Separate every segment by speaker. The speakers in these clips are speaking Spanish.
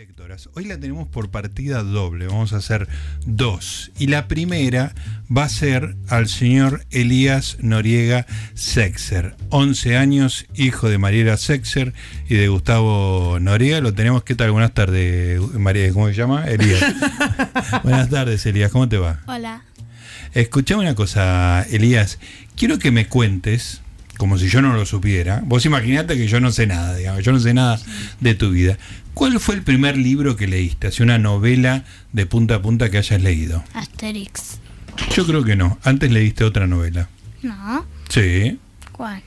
Speaker 1: Lectoras, hoy la tenemos por partida doble, vamos a hacer dos. Y la primera va a ser al señor Elías Noriega Sexer, 11 años, hijo de Mariela Sexer y de Gustavo Noriega. Lo tenemos, ¿qué tal? Buenas tardes, María, ¿cómo se llama? Elías. Buenas tardes, Elías, ¿cómo te va?
Speaker 2: Hola.
Speaker 1: Escuchame una cosa, Elías, quiero que me cuentes, como si yo no lo supiera. Vos imaginate que yo no sé nada, digamos, yo no sé nada de tu vida. ¿Cuál fue el primer libro que leíste? Hacia una novela de punta a punta que hayas leído.
Speaker 2: Asterix.
Speaker 1: Yo creo que no. Antes leíste otra novela.
Speaker 2: No.
Speaker 1: Sí.
Speaker 2: ¿Cuál?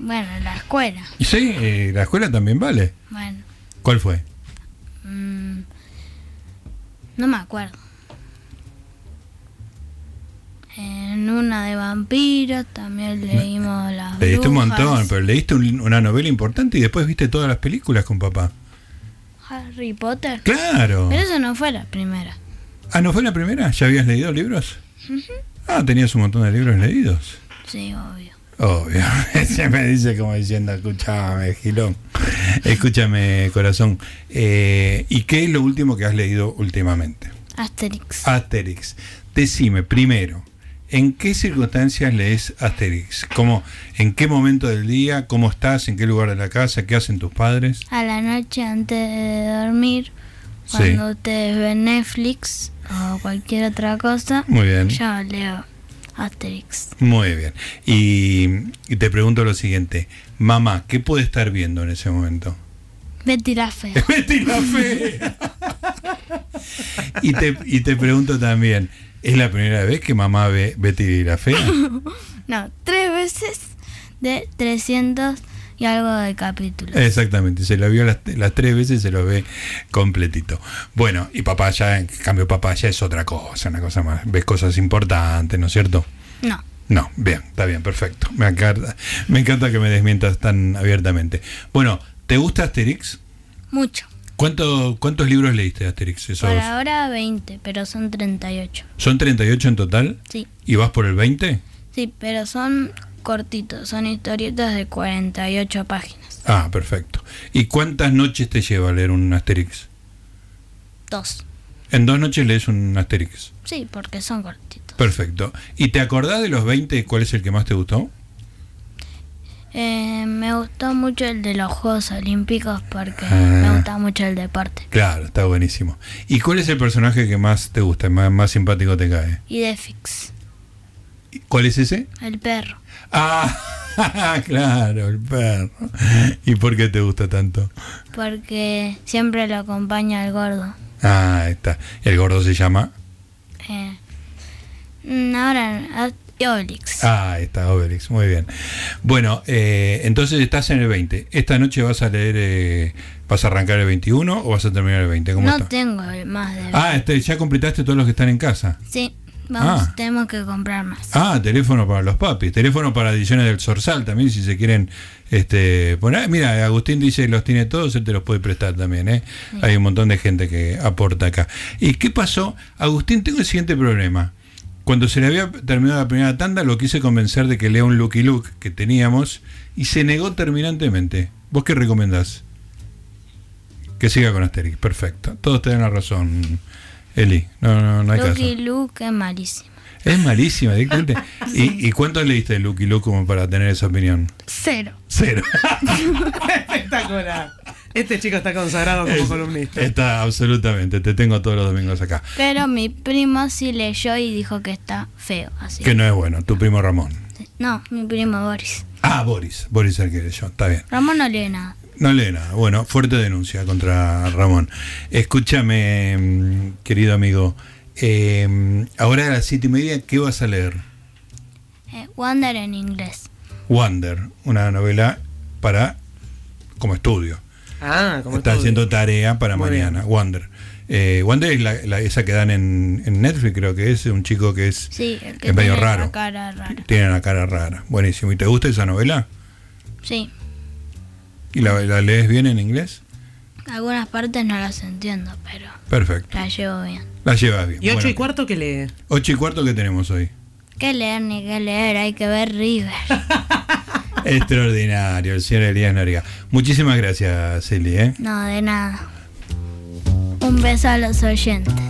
Speaker 2: Bueno, la escuela.
Speaker 1: Y sí, eh, la escuela también vale.
Speaker 2: Bueno.
Speaker 1: ¿Cuál fue?
Speaker 2: mm, no me acuerdo. En una de vampiros también leímos la.
Speaker 1: Leíste un montón, pero leíste un- una novela importante y después viste todas las películas con papá.
Speaker 2: Harry Potter.
Speaker 1: Claro.
Speaker 2: Pero eso no fue la primera.
Speaker 1: Ah, ¿no fue la primera? ¿Ya habías leído libros? Ah, tenías un montón de libros leídos.
Speaker 2: Sí, obvio.
Speaker 1: Obvio, se me dice como diciendo, escúchame, Gilón, escúchame, corazón. Eh, ¿Y qué es lo último que has leído últimamente?
Speaker 2: Asterix.
Speaker 1: Ah. Asterix. Decime, primero, ¿en qué circunstancias lees Asterix? ¿Cómo, ¿En qué momento del día? ¿Cómo estás? ¿En qué lugar de la casa? ¿Qué hacen tus padres?
Speaker 2: A la noche antes de dormir,
Speaker 1: Sí.
Speaker 2: cuando ustedes ven Netflix o cualquier otra cosa,
Speaker 1: Muy bien.
Speaker 2: yo leo Asterix.
Speaker 1: Muy bien. Y, y te pregunto lo siguiente, mamá, ¿qué puede estar viendo en ese momento?
Speaker 2: Betty la fea.
Speaker 1: Betty la fea. y, te, y te pregunto también, ¿es la primera vez que mamá ve Betty la fea?
Speaker 2: No, tres veces de 300 y algo de capítulos.
Speaker 1: Eh. Exactamente, se lo vio las, las tres veces, se lo ve completito. Bueno, y papá ya, en cambio papá ya es otra cosa, una cosa más, ves cosas importantes, ¿no es cierto?
Speaker 2: No,
Speaker 1: No, bien, está bien, perfecto. Me encanta, me encanta que me desmientas tan abiertamente. Bueno, ¿te gusta Asterix?
Speaker 2: mucho.
Speaker 1: ¿Cuánto, ¿Cuántos libros leíste de Asterix? Esos-
Speaker 2: Por ahora 20, pero son 38.
Speaker 1: ¿Son 38 en total?
Speaker 2: Sí,
Speaker 1: ¿Y vas por el 20?
Speaker 2: sí, pero son cortitos, son historietas de 48 páginas.
Speaker 1: Ah, perfecto. ¿Y cuántas noches te lleva leer un Asterix?
Speaker 2: Dos.
Speaker 1: En dos noches lees un Asterix.
Speaker 2: Sí, porque son cortitos.
Speaker 1: Perfecto. ¿Y te acordás de los 20 cuál es el que más te gustó?
Speaker 2: Eh, me gustó mucho el de los Juegos Olímpicos porque
Speaker 1: Ah.
Speaker 2: me gusta mucho el deporte.
Speaker 1: Claro, está buenísimo. ¿Y cuál es el personaje que más te gusta, más, más simpático te cae?
Speaker 2: Y de Fix,
Speaker 1: ¿Y ¿Cuál es ese?
Speaker 2: el perro.
Speaker 1: Ah, claro, el perro. ¿Y por qué te gusta tanto?
Speaker 2: Porque siempre lo acompaña el gordo.
Speaker 1: Ah, ahí está. El gordo se llama.
Speaker 2: Eh, mm, ahora, a- Obelix.
Speaker 1: Ah, ahí está, Obelix. Muy bien. Bueno, eh, entonces estás en el 20. ¿Esta noche vas a leer, eh, vas a arrancar el 21 o vas a terminar el 20? ¿Cómo
Speaker 2: No
Speaker 1: está?
Speaker 2: tengo más de
Speaker 1: Ah, este, ya completaste todos los que están en casa.
Speaker 2: Sí, vamos,
Speaker 1: Ah.
Speaker 2: tenemos que comprar más.
Speaker 1: Ah, teléfono para los papis, teléfono para ediciones del Sorsal también, si se quieren este, poner. Mira, Agustín dice que los tiene todos, él te los puede prestar también. ¿eh? Hay un montón de gente que aporta acá. ¿Y qué pasó? Agustín, tengo el siguiente problema. Cuando se le había terminado la primera tanda, lo quise convencer de que lea un Lucky Luke que teníamos y se negó terminantemente. ¿Vos qué recomendás? Que siga con Asterix, perfecto. Todos tienen la razón, Eli. No, no, no hay caso.
Speaker 2: Lucky Luke es malísimo.
Speaker 1: Es malísima, directamente. ¿Y, ¿Y cuánto leíste de Lucky Luke como para tener esa opinión?
Speaker 2: Cero.
Speaker 1: Cero.
Speaker 3: Espectacular. Este chico está consagrado como
Speaker 1: Es-
Speaker 3: columnista.
Speaker 1: Está, absolutamente. Te tengo todos los domingos acá.
Speaker 2: Pero mi primo sí leyó y dijo que está feo. Así
Speaker 1: Que no es bueno, tu primo Ramón.
Speaker 2: No, mi primo Boris.
Speaker 1: Ah, Boris. Boris el que leyó. Está bien.
Speaker 2: Ramón no lee nada.
Speaker 1: No lee nada. Bueno, fuerte denuncia contra Ramón. Escúchame, mm, querido amigo. eh, ahora a las siete y media, ¿qué vas a leer?
Speaker 2: Eh, Wander en inglés.
Speaker 1: Wonder, una novela para como estudio.
Speaker 3: Ah, como
Speaker 1: Está
Speaker 3: todo.
Speaker 1: haciendo tarea para
Speaker 3: Muy
Speaker 1: mañana, Wander. Eh, Wander es la, la- esa que dan en, en Netflix, creo que es un chico que es,
Speaker 2: Sí, el que
Speaker 1: es medio
Speaker 2: tiene
Speaker 1: raro.
Speaker 2: la cara rara.
Speaker 1: Tiene la cara rara. Buenísimo. ¿Y te gusta esa novela?
Speaker 2: Sí,
Speaker 1: ¿Y la, la lees bien en inglés?
Speaker 2: algunas partes no las entiendo, pero
Speaker 1: Perfecto.
Speaker 2: las llevo bien.
Speaker 1: La llevas bien.
Speaker 3: ¿Y 8
Speaker 1: Bueno,
Speaker 3: y cuarto que lee?
Speaker 1: ocho y cuarto que tenemos hoy.
Speaker 2: ¿Qué leer ni qué leer? Hay que ver River.
Speaker 1: Extraordinario, el señor Elías Noriega. Muchísimas gracias, Eli. ¿eh?
Speaker 2: No, de nada. Un beso a los oyentes.